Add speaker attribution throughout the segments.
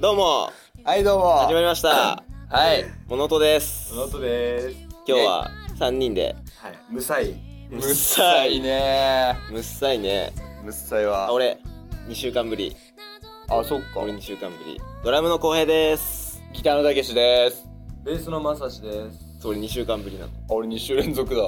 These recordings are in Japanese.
Speaker 1: どうも
Speaker 2: はいどうも
Speaker 1: 始まりました
Speaker 2: はい
Speaker 1: モトです
Speaker 3: ノートです。
Speaker 1: 今日は3人で
Speaker 3: はい。無彩。
Speaker 1: むっさい
Speaker 2: ね
Speaker 1: むっさいね
Speaker 2: むっさい
Speaker 1: あ
Speaker 2: は
Speaker 1: 俺2週間ぶり
Speaker 2: あそっか
Speaker 1: 俺2週間ぶりドラムの浩平です
Speaker 2: ギターのたけしです
Speaker 3: ベースのまさしです。
Speaker 1: そう俺2週間ぶりなの
Speaker 2: あ俺2週連続だ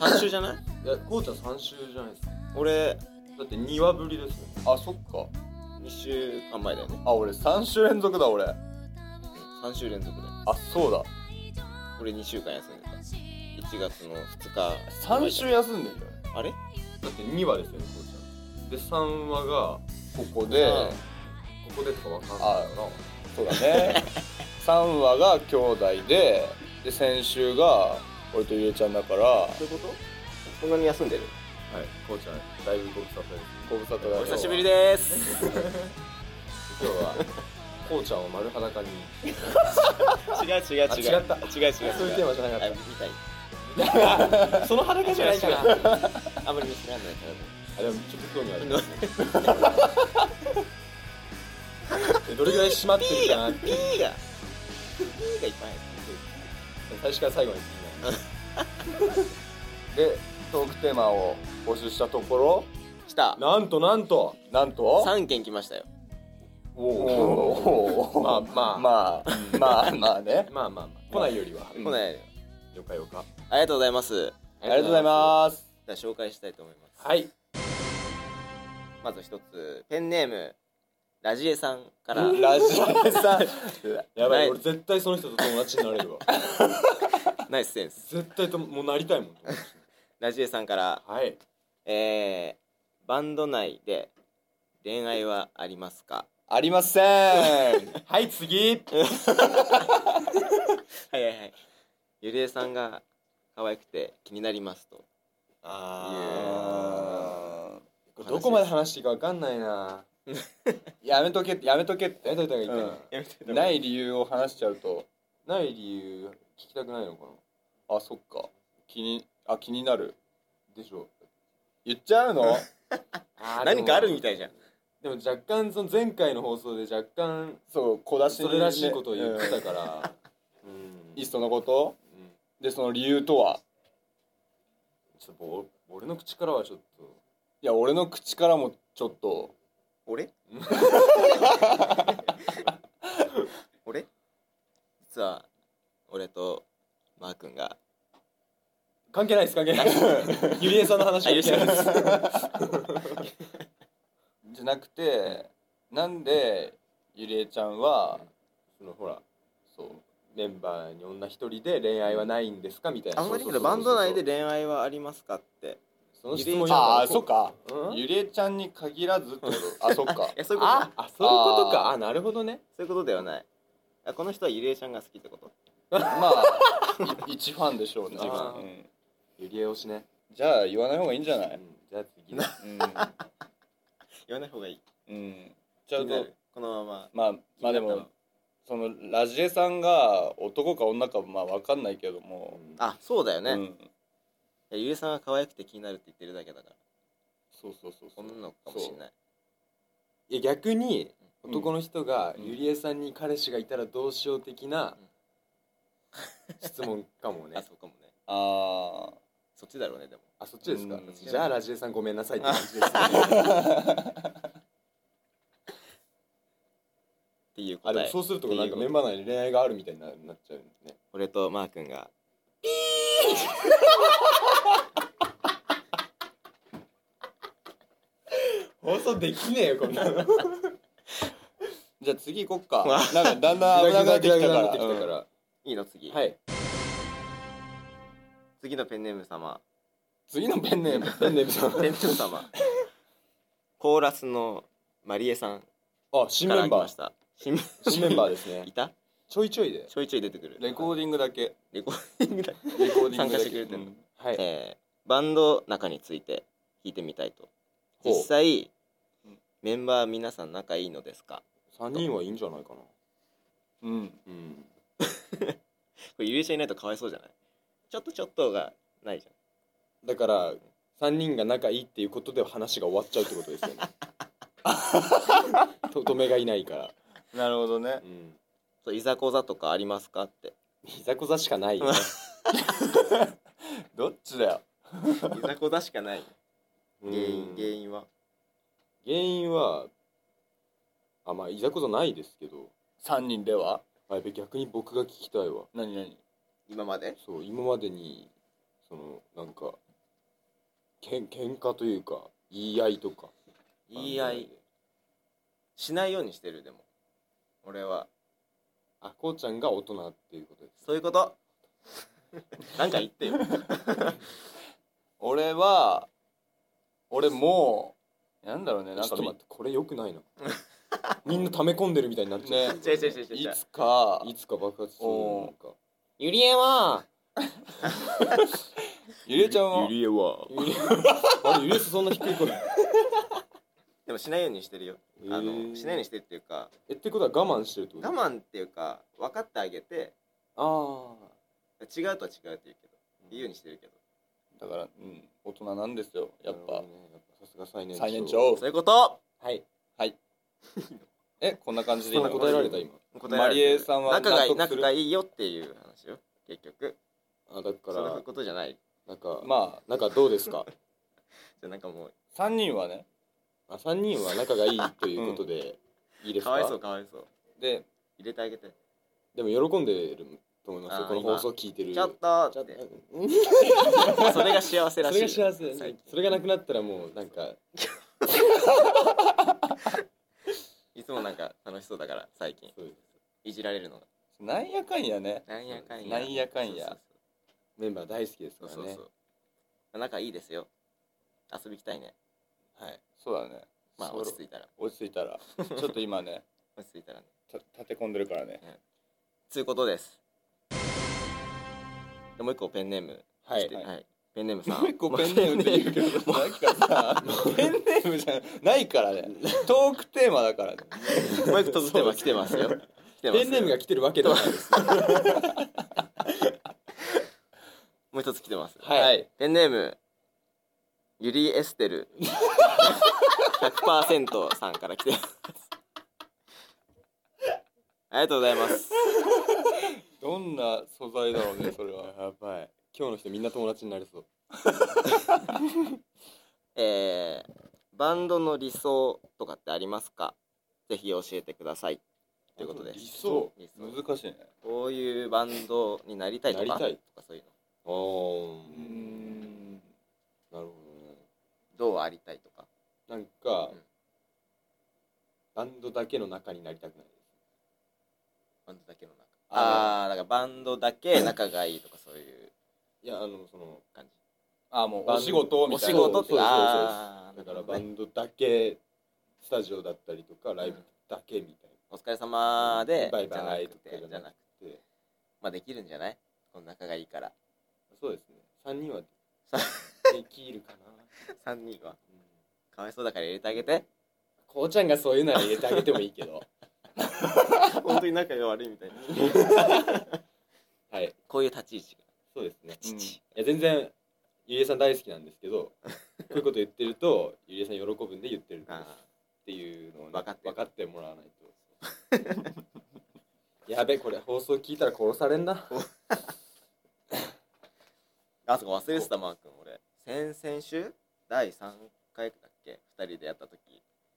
Speaker 1: 3週じゃない
Speaker 3: いや、こうちゃん三週じゃないですか。
Speaker 1: 俺
Speaker 3: だって二話ぶりですよ。
Speaker 2: あそっか
Speaker 1: 2週間前だよね
Speaker 2: あ俺3週連続だ俺あ
Speaker 1: 3週連続で
Speaker 2: そうだ
Speaker 1: 俺2週間休んでた1月の2日
Speaker 2: 3週休んでるよ
Speaker 1: あれ
Speaker 3: だって二話ですよね、こうちゃん。で、三話が
Speaker 2: ここで
Speaker 1: うん
Speaker 3: ここでとかわかん
Speaker 2: あ
Speaker 3: ないよ
Speaker 2: そうだね 3話が兄弟でで先週が俺とゆえちゃんだから
Speaker 1: そういうことそんなに休んでる
Speaker 3: な。はい。こうちゃん、だいぶご無沙汰です。
Speaker 2: ご無沙汰だよ
Speaker 1: お久しぶりです
Speaker 3: 今日は、こうちゃんを丸裸に。
Speaker 1: 違う違う違う
Speaker 3: あ違っ
Speaker 1: 違
Speaker 3: た
Speaker 1: う違う違う
Speaker 3: そういうテーマじゃなか
Speaker 1: あ
Speaker 3: っ
Speaker 1: みたいその裸じゃないか なあんまり見せられないからね
Speaker 3: た。あ、でもちょっと興味あり ますね。えどれぐらい締まってるかなって。
Speaker 1: ピーがピーがいっぱい
Speaker 3: 最初から最後に聞い
Speaker 2: でトークテーマを募集したところ
Speaker 1: 来た
Speaker 3: たなんとなんと
Speaker 2: なんと
Speaker 1: 3件来ましたよ
Speaker 3: お
Speaker 2: お
Speaker 3: お
Speaker 2: お
Speaker 3: まあまあ
Speaker 2: まあまあまあね
Speaker 3: まあまあまあ、来ないよりは。
Speaker 1: 来ないよ
Speaker 3: よかよか。
Speaker 1: ありがとうございます
Speaker 2: ありがとうございます
Speaker 1: じゃあ紹介したいと思います
Speaker 3: はい。
Speaker 1: まず一つペンネームラジエさんから
Speaker 2: ラジエさん
Speaker 3: やば
Speaker 1: ない
Speaker 3: い、俺絶対その人と友達になれ るわ。
Speaker 1: ナイスセンス
Speaker 3: 絶対ともうなりたいもん。友達
Speaker 1: ラジエさんから
Speaker 3: はい。
Speaker 1: えー、バンド内で恋愛はありますか
Speaker 2: ありません
Speaker 3: はい、次。
Speaker 1: はいはいはいゆりえさんが可愛くて気になりますと
Speaker 3: あ
Speaker 1: ー
Speaker 3: どこまで話していいかわかんないな。
Speaker 2: やめとけやめとけっ
Speaker 3: や
Speaker 2: て
Speaker 3: めといた方がいいかな。
Speaker 1: やめて
Speaker 2: ないい理由を話しちゃうと
Speaker 3: ない理由聞きたくないのか
Speaker 2: あそっか気にあ気になる
Speaker 3: な。でしょ。
Speaker 2: 言っちゃうの
Speaker 3: あ
Speaker 1: 何かあるみたいじゃん
Speaker 3: でも若干その前回の放送で若干
Speaker 2: そう小出しに
Speaker 3: それらしいことを言って
Speaker 2: うん
Speaker 3: たから。うん
Speaker 2: いっそのこと
Speaker 3: うん
Speaker 2: でその理由とは
Speaker 3: ちょっとぼ俺の口からはちょっと。
Speaker 2: いや俺の口からもちょっと
Speaker 1: 俺俺実は俺とマー君が
Speaker 3: 関係ないです関係ない ですゆりえさんの話
Speaker 1: あ許して
Speaker 3: 関係ないです
Speaker 2: じゃなくてなんでゆりえちゃんは
Speaker 3: そのほら
Speaker 2: そう
Speaker 3: メンバーに女一人で恋愛はないんですかみたいな
Speaker 1: あんまり
Speaker 3: そう
Speaker 1: け
Speaker 3: そ
Speaker 1: ど
Speaker 3: う
Speaker 1: バ
Speaker 3: そう
Speaker 1: ンド内で恋愛はありますかって
Speaker 3: その質問
Speaker 2: あ
Speaker 3: あ
Speaker 2: あそっか
Speaker 3: うん
Speaker 2: ゆりえちゃんに限らずってことあそっか
Speaker 1: えそういうこと
Speaker 3: ああそういうことかあなるほどね
Speaker 1: そういうことではないあこの人はゆりえちゃんが好きってこと
Speaker 2: まあい一ファンでしょう ね
Speaker 3: 一ファン
Speaker 2: うん
Speaker 3: ゆりえ推しね、
Speaker 2: じゃあ言わない方がいいんじゃな
Speaker 3: う
Speaker 2: い
Speaker 3: ん、じゃあ次ね
Speaker 1: 言わない方がいい
Speaker 2: うん、うん、ちょ
Speaker 1: 気
Speaker 2: っ
Speaker 1: にな
Speaker 2: と
Speaker 1: るこのまま
Speaker 2: まあまあで
Speaker 1: 気になった
Speaker 2: も
Speaker 1: の
Speaker 2: そのラジエさんが男か女かまあわかんないけども、
Speaker 1: あそうだよね、
Speaker 2: う
Speaker 1: い
Speaker 2: ん、
Speaker 1: やゆりえさんが可愛くて気になるって言ってるだけだから
Speaker 2: そうそうそうそ
Speaker 1: 女
Speaker 2: う
Speaker 1: の子かもしれない
Speaker 3: いや逆に
Speaker 2: うん
Speaker 3: 男の人が
Speaker 2: うん
Speaker 3: ゆりえさんに彼氏がいたらどうしよう的な
Speaker 1: うん
Speaker 3: 質問かもね
Speaker 1: あそうかもね
Speaker 2: あ
Speaker 1: そっちだろうねでも
Speaker 3: あそっちですか
Speaker 2: うん
Speaker 3: じゃあラジエさんごめんなさいって感じですね
Speaker 1: っていう
Speaker 3: あ
Speaker 1: 答
Speaker 3: でも
Speaker 1: え
Speaker 3: そうするとなんかメンバー内に恋愛があるみたいにななっちゃうね
Speaker 1: 俺とマー君が
Speaker 3: 放送できねえよこんなの
Speaker 2: ーじゃあ次行こっかな んかだんだん危なくなってきたから
Speaker 3: 危なくなってきたか
Speaker 2: うん
Speaker 3: ら
Speaker 1: いいの次、
Speaker 3: はい
Speaker 1: 次のペンネーム様
Speaker 2: 次のペンネーム
Speaker 3: ペンネームさん
Speaker 1: ペンネーム様コーラスのマリエさん
Speaker 3: あ新
Speaker 1: か
Speaker 3: メ
Speaker 1: ら
Speaker 3: ン
Speaker 1: 来ま
Speaker 3: バ
Speaker 1: した新メ
Speaker 3: ー新メンバー
Speaker 1: で
Speaker 3: ですね
Speaker 1: いた
Speaker 3: ちょいちょいで
Speaker 1: ちょいちょい出てくる
Speaker 2: レコーディングだけ
Speaker 1: レコーディングだ
Speaker 2: レコーディングだ
Speaker 1: 参
Speaker 2: け
Speaker 1: 加してくれてるの
Speaker 2: うん
Speaker 3: はい
Speaker 1: えーバンド中について聞いてみたいと
Speaker 3: ほう
Speaker 1: 実際
Speaker 2: うん
Speaker 1: メンバー皆さん仲いいのですか
Speaker 3: 3人はいいんじゃないかな
Speaker 2: うん
Speaker 3: うん
Speaker 1: これゆりえちゃんいないとかわいそうじゃないちょっとちょっとがないじ
Speaker 3: だから3人が仲いいっていうことで話が終わっちゃうってことですよねと止めがいないから
Speaker 2: なるほどね
Speaker 3: うん
Speaker 1: そういざこざとかありますかって
Speaker 3: いざこざしかないよね
Speaker 2: どっちだよ
Speaker 1: いざこざしかない
Speaker 3: うん
Speaker 1: 原因原因は
Speaker 3: 原因はあまあいざこざないですけど
Speaker 2: 3人では
Speaker 3: あやべ逆に僕が聞きたいわ
Speaker 2: 何何
Speaker 1: 今まで
Speaker 3: そう今までにそのなんかけん喧嘩というか言い合いとか
Speaker 1: 言い合いしないようにしてるでも俺は
Speaker 3: あこうちゃんが大人っていうことです
Speaker 1: そういうこと なんか言ってよ
Speaker 2: 俺は俺もうなんだろうねなん
Speaker 3: ちょ
Speaker 2: か
Speaker 3: っと待ってこれ良くないな みんな溜め込んでるみたいになっちゃう、
Speaker 2: ね
Speaker 1: 違う違う違う違
Speaker 2: いうつか
Speaker 3: いつか爆発するのなんか
Speaker 2: ゆりえはゆりえちゃんは
Speaker 1: りえは
Speaker 3: あれゆりえさんそんな低い声
Speaker 1: でもしないようにしてるよ あのしないようにしてるっていうか
Speaker 3: えってことは我慢してるってこと
Speaker 1: 我慢っていうか分かってあげて
Speaker 3: ああ
Speaker 1: 違うとは違うって言うけど言うようにしてるけど
Speaker 2: だからうん大人なんですよやっ
Speaker 3: な
Speaker 2: ぱ
Speaker 3: るほどねやっぱさすが最年
Speaker 2: 最年長
Speaker 1: そういうこと
Speaker 3: はい
Speaker 2: えこんな感じで
Speaker 3: そん
Speaker 2: 今
Speaker 3: な答えられた今
Speaker 2: マリエさんは
Speaker 1: 仲がいい
Speaker 2: 納得
Speaker 1: 仲
Speaker 2: する
Speaker 1: がいいよっていう話よ結局
Speaker 3: あだか
Speaker 1: そういう
Speaker 3: ら
Speaker 1: ことじゃない
Speaker 3: なんかま
Speaker 2: ま
Speaker 3: あなんかどうですか
Speaker 1: じゃあなんかもう
Speaker 2: あ3人はね
Speaker 3: あ三人は仲がいいということで、いいです
Speaker 1: か
Speaker 3: か
Speaker 1: わいそうかわいそう
Speaker 2: で
Speaker 1: 入れてあげて
Speaker 3: でも喜んでると思います
Speaker 1: あ
Speaker 3: よ
Speaker 1: ー
Speaker 3: この放送聞いてる
Speaker 1: ちょっと
Speaker 3: ちょ
Speaker 1: っ
Speaker 3: っと
Speaker 1: て
Speaker 3: うん
Speaker 1: それが幸せらし
Speaker 3: そ
Speaker 1: い
Speaker 3: れが幸せだ
Speaker 1: 最
Speaker 3: ね
Speaker 1: 近
Speaker 3: それがなくなったらもうなんか
Speaker 1: いつもなんか楽しそうだから最近
Speaker 3: そうです
Speaker 1: いじられるのが
Speaker 2: なんやかんやね
Speaker 1: なんやかんや
Speaker 2: なんやかんや
Speaker 3: メンバー大好きです
Speaker 1: そ
Speaker 3: か
Speaker 1: うそ
Speaker 3: ら
Speaker 1: うそうそう
Speaker 3: ね
Speaker 1: そう仲いいですよ遊び行きたいね
Speaker 3: はい
Speaker 2: そうだね
Speaker 1: まあ
Speaker 2: そろ
Speaker 1: 落ち着いたら
Speaker 2: 落ち着いたらちょっと今ね
Speaker 1: 落ち着いたらね
Speaker 2: た立て込んでるか らね
Speaker 1: つうことですでもう一個ペンネーム
Speaker 3: は
Speaker 1: 来て
Speaker 3: い
Speaker 1: はいペンネームさん
Speaker 2: もう一個ペンネームって言うけどさっきからさペンネームじゃないからねトークテーマだからね
Speaker 1: もう一個トークテーマ来てますよ来てます
Speaker 3: ペンネームが来てるわけではないですね
Speaker 1: もう一つ来てます
Speaker 2: はい
Speaker 1: ペンネームユリエステル100%さんから来てますありがとうございます
Speaker 2: どんな素材だろうねそれは
Speaker 3: やばい今日の人みんな友達になりそう
Speaker 1: えー、バンドの理想とかってありますかぜひ教えてくださいということです
Speaker 3: 理
Speaker 2: そ
Speaker 3: 想
Speaker 1: 理想
Speaker 2: う難しいね
Speaker 1: こういうバンドになりたいとか
Speaker 3: なりたい
Speaker 1: とかそういうの
Speaker 3: あー
Speaker 2: うーん
Speaker 3: なるほどね
Speaker 1: どうありたいとか
Speaker 3: なんか、
Speaker 1: うん
Speaker 3: バンドだけの中になりたくないです
Speaker 1: バンドだけの中
Speaker 3: あ
Speaker 1: ああだからバンドだけ仲がいいとかそういう
Speaker 3: いやあのその
Speaker 1: 感じ
Speaker 2: あもうお仕事み
Speaker 1: お
Speaker 2: たい
Speaker 1: 仕
Speaker 2: な
Speaker 1: 事って
Speaker 3: そうそうそうそう
Speaker 1: あー
Speaker 3: だか
Speaker 1: な
Speaker 3: ら
Speaker 1: るほ
Speaker 3: バ
Speaker 1: どね
Speaker 3: ンドだけスタジオだったりとかライブ
Speaker 1: うん
Speaker 3: だけみたい
Speaker 1: お疲れ様で
Speaker 3: バイバイ
Speaker 1: じゃなく
Speaker 3: と
Speaker 1: て
Speaker 3: かじゃなくて
Speaker 1: じゃなくてまあできるんじゃないこの仲がいいから
Speaker 3: なそうですね3人は
Speaker 1: さ
Speaker 3: できるかな、
Speaker 1: 3人は
Speaker 3: うん、
Speaker 1: かわいそうだから入れてあげて
Speaker 3: こうちゃんがそういうなら入れてあげてもいいけ ど
Speaker 1: 本当に仲が悪いみたいな
Speaker 3: はい
Speaker 1: こういう立ち位置
Speaker 3: そうですね
Speaker 2: うん
Speaker 3: いや全然ゆりえさん大好きなんですけどこういうこと言ってるとゆりえさん喜ぶんで言ってるんです
Speaker 1: が
Speaker 3: っていうのをね
Speaker 1: 分かってる
Speaker 3: 分かってもらわないと やべこれ放送聞いたら殺されんな
Speaker 1: ああそこ忘れてたマー君俺先々週第3回だっけ2人でやった時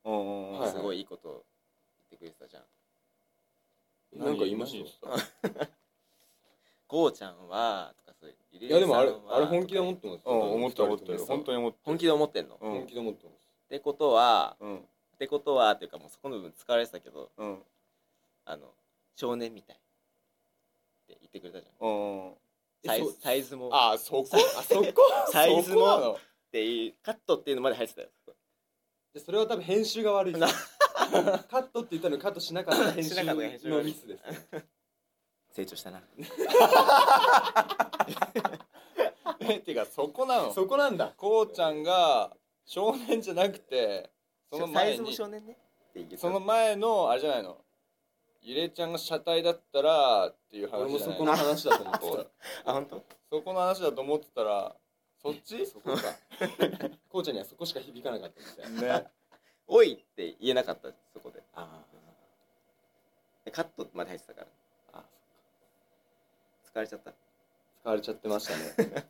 Speaker 2: うんうんうん
Speaker 3: はい
Speaker 1: すごいいいことを言ってくれてたじゃん
Speaker 2: 何
Speaker 3: なんか言いました
Speaker 2: 何
Speaker 1: こうちゃんはとかそういうゆり
Speaker 3: い
Speaker 1: え
Speaker 3: やでもあれ
Speaker 1: さんは
Speaker 3: あれ本気で思ってますよ
Speaker 2: うん思った思っ
Speaker 3: 二人と
Speaker 2: たよ
Speaker 3: も
Speaker 2: 本当に思った
Speaker 1: 本気で思ってんの、っ
Speaker 2: うん
Speaker 3: 本気で思ってます
Speaker 1: てことは
Speaker 2: うん
Speaker 1: ってことはっていうかもうそこの部分使われてたけど
Speaker 2: うん
Speaker 1: あの少年みたいって言ってくれたじ
Speaker 2: うんうん
Speaker 1: ゃんサイ
Speaker 3: え
Speaker 1: ズ
Speaker 3: そう
Speaker 1: サイズも
Speaker 3: あそこあそこ
Speaker 1: サイズ
Speaker 2: そこな
Speaker 1: も
Speaker 2: の
Speaker 1: っていうカットっていうのまで入ってたよ
Speaker 3: でそれは多分編集が悪いです カットって言ったのにカットしなかった編
Speaker 1: しなかった編
Speaker 3: 集
Speaker 1: 集が
Speaker 3: の
Speaker 1: 悪い
Speaker 3: ミスですね
Speaker 1: 成長したな
Speaker 2: えてかそこなの
Speaker 3: そこなんだ
Speaker 2: こうちゃんが少年じゃなくてその
Speaker 1: サイ
Speaker 2: 前
Speaker 1: ズも
Speaker 2: に
Speaker 1: 少年ねって言ってた
Speaker 2: その前のあれじゃないのゆれちゃんが車体だったらっていう
Speaker 3: 俺
Speaker 2: 話
Speaker 3: も
Speaker 2: じゃ
Speaker 3: そ
Speaker 2: ない
Speaker 3: この話だと思って
Speaker 1: あ本当
Speaker 2: そこの話だと思ってたらそっち
Speaker 3: たそこかこうちゃんにはそこしか響かなかったみたいな
Speaker 2: ね
Speaker 1: 「おい!」って言えなかったそこで
Speaker 3: あ
Speaker 1: でカットまで入ってたから
Speaker 3: ーあ
Speaker 1: 疲れちゃった
Speaker 2: 使われちゃってました ね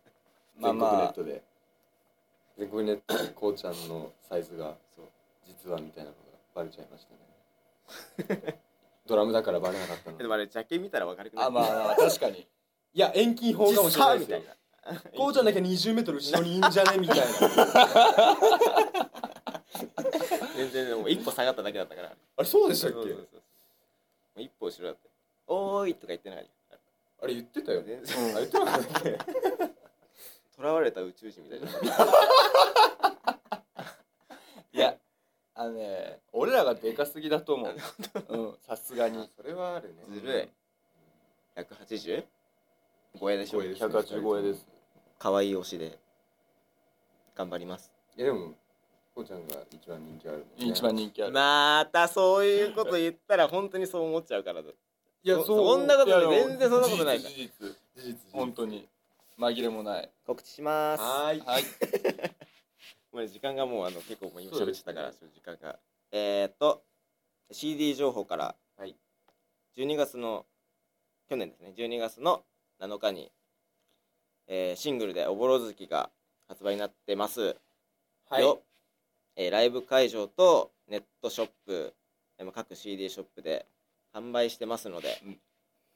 Speaker 2: まあ
Speaker 3: 全国ネ
Speaker 2: ま
Speaker 3: ッ
Speaker 2: あ
Speaker 3: トで、全国ネットでこうちゃんのサイズが
Speaker 1: そう
Speaker 3: 実はみたいなのがバレちゃいましたね ドラムだからバレなかったの
Speaker 1: でもあれジャケ見たら分かるくない
Speaker 2: あまあまあ確かにいや遠近法かもしれないですよ
Speaker 1: 実際みたいな
Speaker 2: こうちゃんだけ2 0ル後ろにいんじゃねみたいな
Speaker 1: 全然でも一歩下がっただけだったから
Speaker 2: あれそうでしたっ
Speaker 1: そうそう
Speaker 2: け
Speaker 1: そうそうもう一歩後ろだった「おーい!」とか言ってない
Speaker 3: あれ言ってたよね
Speaker 1: 全然
Speaker 3: あ言ってなかったっけ
Speaker 1: 囚われた宇宙人みたいな
Speaker 2: いやあのね俺らがでかすぎだと 思ううんさすがに
Speaker 3: それはあるね
Speaker 1: ずるい 180? 超えでしょ
Speaker 3: 超えですね
Speaker 2: 185円です
Speaker 1: 可愛い推しで頑張ります
Speaker 3: いやでもこうちゃんが一番人気あるもんね
Speaker 2: 一番人気ある
Speaker 1: またそういうこと言ったら本当にそう思っちゃうからだ
Speaker 2: い
Speaker 1: やそうそんなことない全然そんなことない
Speaker 2: 事実事実
Speaker 3: 事実
Speaker 2: 本当に紛れもない
Speaker 1: 告知します
Speaker 3: はーい
Speaker 2: はい
Speaker 1: もう時間がもうあの結構もう今
Speaker 3: そう
Speaker 1: 喋っ
Speaker 3: で
Speaker 1: ちゃっ
Speaker 3: す
Speaker 1: た
Speaker 3: ね
Speaker 1: から、ちょっと時間がえー、っと CD 情報から、
Speaker 3: はい
Speaker 1: 12月の去年ですね12月の7日に、えーシングルで「おぼろ月」が発売になってます、
Speaker 2: はい
Speaker 1: よ、えーライブ会場とネットショップえーまあ各 CD ショップで販売してますので、
Speaker 2: うん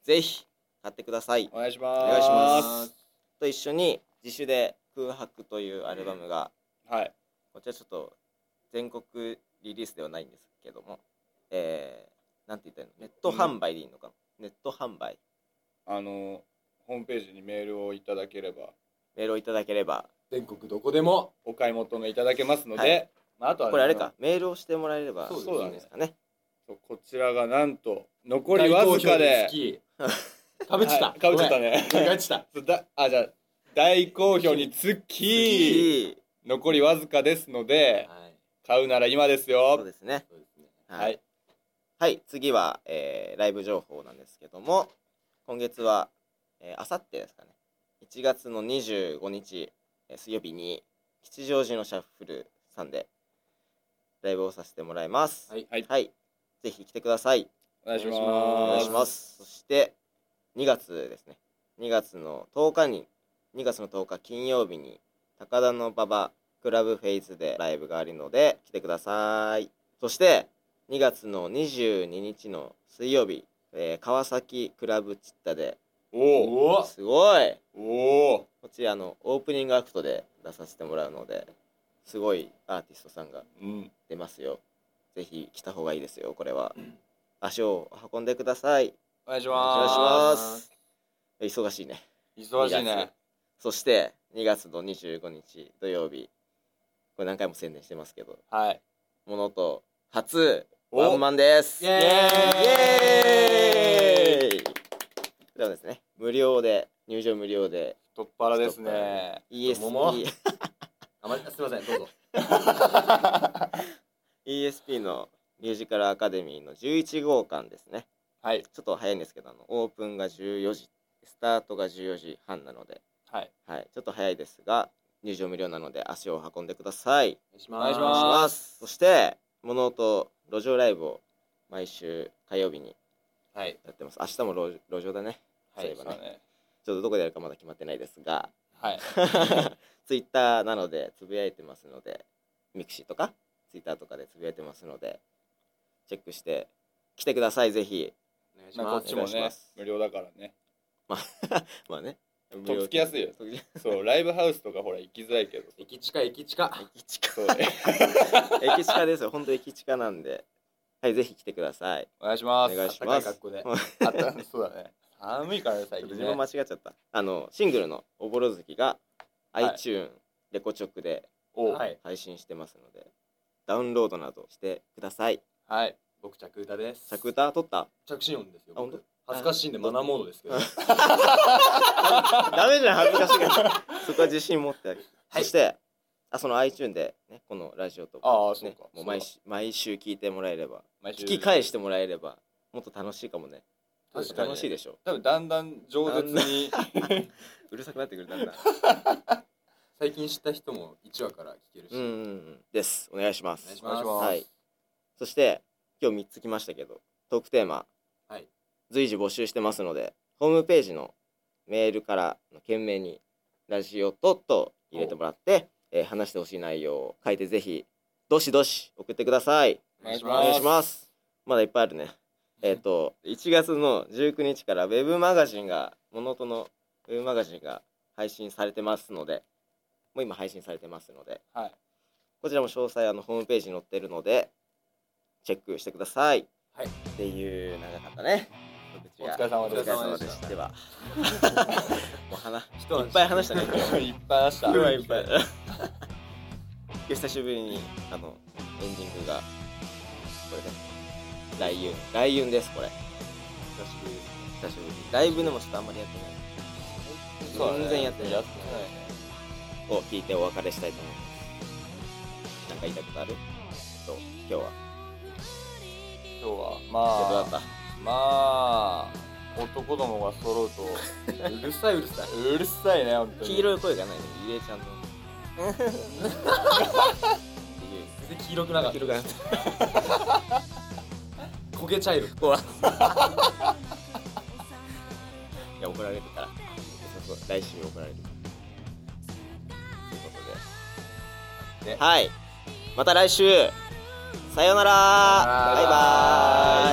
Speaker 1: ぜひ買ってください
Speaker 2: お願いしま
Speaker 1: お
Speaker 2: す
Speaker 1: 願いしますと一緒に自主で「空白」というアルバムが、
Speaker 2: はい
Speaker 1: こちらちょっと全国リリースではないんですけども、えー、なんて言ったらいいのネット販売でいいのかな、ネット販売
Speaker 2: あのホームページにメールをいただければ
Speaker 1: メールをいただければ
Speaker 3: 全国どこでも
Speaker 2: お買い求めいただけますので、
Speaker 1: はい
Speaker 2: まあ、あとはね
Speaker 1: これあれかメールをしてもらえればい
Speaker 3: そうです
Speaker 2: ね
Speaker 1: いんですかね
Speaker 2: そうこちらがなんと残りわずかで
Speaker 3: 大投票につ きかぶっちゃった
Speaker 2: かぶっちゃった
Speaker 3: ね
Speaker 2: ね
Speaker 3: 間違えてた
Speaker 2: そうだあじゃあ大好評につき
Speaker 1: いい
Speaker 2: 残りわずかですので
Speaker 3: はい
Speaker 2: 買うなら今です
Speaker 1: そう
Speaker 2: よ
Speaker 1: ですね
Speaker 3: そうですね
Speaker 1: は
Speaker 2: はいい、
Speaker 1: はい、次は、えーライブ情報なんですけども今月はあさってですかね1月の25日、えー水曜日に吉祥寺のシャッフルさんでライブをさせてもらいます
Speaker 3: はい
Speaker 2: はい
Speaker 1: はい、ぜひ来てください
Speaker 2: お願いします
Speaker 1: お願
Speaker 3: お
Speaker 1: い
Speaker 3: 願い
Speaker 1: し
Speaker 3: し
Speaker 1: ま。
Speaker 3: ます
Speaker 1: そして2月ですね。2月の10日に2月の10日金曜日に高田の馬場クラブフェイズでライブがあるので来てください。そして2月の22日の水曜日、えー川崎クラブチッタで
Speaker 2: おお
Speaker 3: おお
Speaker 1: すごい
Speaker 2: おお
Speaker 1: こちらあのオープニングアクトで出させてもらうのですごいアーティストさんが
Speaker 2: うん
Speaker 1: 出ますよ。ぜひ来た方がいいですよこれは。足を運んでください。
Speaker 2: お願いし
Speaker 1: お
Speaker 2: ま
Speaker 1: 願い
Speaker 2: す
Speaker 1: します。忙しいね。
Speaker 2: 忙しい
Speaker 1: 2
Speaker 2: ね
Speaker 1: 月そして2月の25日土曜日これ何回も宣伝してますけど
Speaker 2: はい
Speaker 1: モノと初
Speaker 2: お
Speaker 1: ワンマンです
Speaker 2: イエーイ
Speaker 1: イエーイではですね無料で入場無料で
Speaker 2: 太っ腹ですね
Speaker 1: ESP,
Speaker 3: あまりすいません どうぞ
Speaker 1: ESP のミュージカルアカデミーの11号館ですね
Speaker 2: はい
Speaker 1: ちょっと早いんですけどあのオープンが14時スタートが14時半なので、
Speaker 2: はい
Speaker 1: はい、ちょっと早いですが入場無料なので足を運んでください
Speaker 3: お願いし
Speaker 2: お願いし
Speaker 1: お願いし
Speaker 2: ま
Speaker 1: ますそして物音路上ライブを毎週火曜日に
Speaker 3: はい
Speaker 1: やってます明日も路路上だね
Speaker 2: は
Speaker 1: そう
Speaker 2: い
Speaker 1: いえばね
Speaker 2: そうね
Speaker 1: ちょっとどこでやるかまだ決まってないです が
Speaker 2: はい
Speaker 1: ツイッターなのでつぶやいてますのでミクシーとかツイッターとかでつぶやいてますのでチェックして来てくださいぜひ
Speaker 3: お願いし
Speaker 2: まあこ
Speaker 3: ま
Speaker 2: っ
Speaker 3: す
Speaker 2: ちも
Speaker 1: お願いしま
Speaker 2: ね
Speaker 1: す
Speaker 2: 無料だからね
Speaker 1: まあね
Speaker 2: とっつきやすいよ
Speaker 1: とっつき
Speaker 2: そうライブハウスとかほら行きづらいけど
Speaker 3: 駅近駅近
Speaker 1: 駅近
Speaker 2: そう
Speaker 1: 駅近ですよ本当駅近なんではいぜひ来てください
Speaker 2: お願いします
Speaker 1: お願いし
Speaker 3: 暖
Speaker 1: ま
Speaker 3: か
Speaker 1: す
Speaker 3: い格好で
Speaker 2: あったそうだね寒いからね
Speaker 1: ち
Speaker 2: 最
Speaker 1: ょっと
Speaker 2: 近
Speaker 1: 自分間
Speaker 2: ね
Speaker 1: 違っちゃったあのシングルの「おぼろ月」が
Speaker 2: い
Speaker 1: iTune レコチョクで
Speaker 2: お
Speaker 3: は
Speaker 2: はい
Speaker 3: い
Speaker 1: 配信してますのでダウンロードなどしてください
Speaker 2: はい
Speaker 3: 僕着歌です
Speaker 1: 作歌撮った
Speaker 3: 着信音ですよ
Speaker 1: あ本当
Speaker 3: 恥ずかしいんでマナーモードですけど
Speaker 1: ダメじゃん恥ずかしい からそこは自信持ってあげる、
Speaker 3: はい
Speaker 1: そしてあその iTune で、ね、このラジオとか、ね、
Speaker 2: あ あそうか
Speaker 1: もう毎週毎週聞いてもらえれば
Speaker 2: 毎
Speaker 1: 聞き返してもらえればもっと楽しいかもね
Speaker 2: 確かに
Speaker 1: 楽しいでしょ
Speaker 2: 多分だんだん饒舌に
Speaker 1: うるさくなってくるだんだん
Speaker 4: 最近知った人も1話から聞けるし、
Speaker 1: うんうんうんですお願いしま
Speaker 4: お願い
Speaker 1: す
Speaker 4: します
Speaker 3: お願いします
Speaker 1: はいそして今日3つ来ましたけどトークテーマ、
Speaker 4: はい
Speaker 1: 随時募集してますのでホームページのメールからの件名に「ラジオと」と入れてもらって、えー話してほしい内容を書いてぜひどしどし送ってください
Speaker 4: お願いし
Speaker 1: お
Speaker 4: ます
Speaker 1: 願いしますまだいっぱいあるねえっ、と1月の19日からウェブマガジンが「モノトのウェブマガジンが配信されてますのでもう今配信されてますので
Speaker 2: はい
Speaker 1: こちらも詳細あのホームページに載ってるのでチェックしてください。
Speaker 4: はい
Speaker 1: っていう長かったね。告
Speaker 2: お
Speaker 1: 知が
Speaker 2: 疲れ様
Speaker 1: お
Speaker 2: で
Speaker 1: 疲
Speaker 2: す
Speaker 1: れ様
Speaker 4: 様
Speaker 1: で
Speaker 4: で
Speaker 1: し。
Speaker 4: した
Speaker 1: ではもう話い
Speaker 4: 一安心
Speaker 1: っぱい話したね。今日
Speaker 2: いっ ぱいあした
Speaker 1: 今日はいっぱい。久しぶりにあのエンディングがこれで来運来運ですこれ
Speaker 4: 久しぶりです
Speaker 1: 久しぶりにライブでもちょっとあんまりやってない。
Speaker 2: そうだね
Speaker 1: 全然やってない
Speaker 2: やって
Speaker 1: を聞いてお別れしたいと思います。なんか言いたいことある？えっと今日は
Speaker 2: ない今
Speaker 1: ど
Speaker 2: 日は
Speaker 1: う
Speaker 2: ま
Speaker 1: だ
Speaker 2: あ
Speaker 1: った？
Speaker 2: まあ男どもが揃うと
Speaker 4: うるさいうるさいう
Speaker 2: るさいね本当に
Speaker 1: 黄色い声がないね、ゆれちゃんの。っていう
Speaker 4: 全然黄色くなかっ
Speaker 1: 黄色がなかった
Speaker 4: 焦げ茶色
Speaker 1: たいや、怒られるから。そうそう、来週怒られる。ということで。
Speaker 4: ね
Speaker 1: はい。また来週。さようなら。バイバーイ。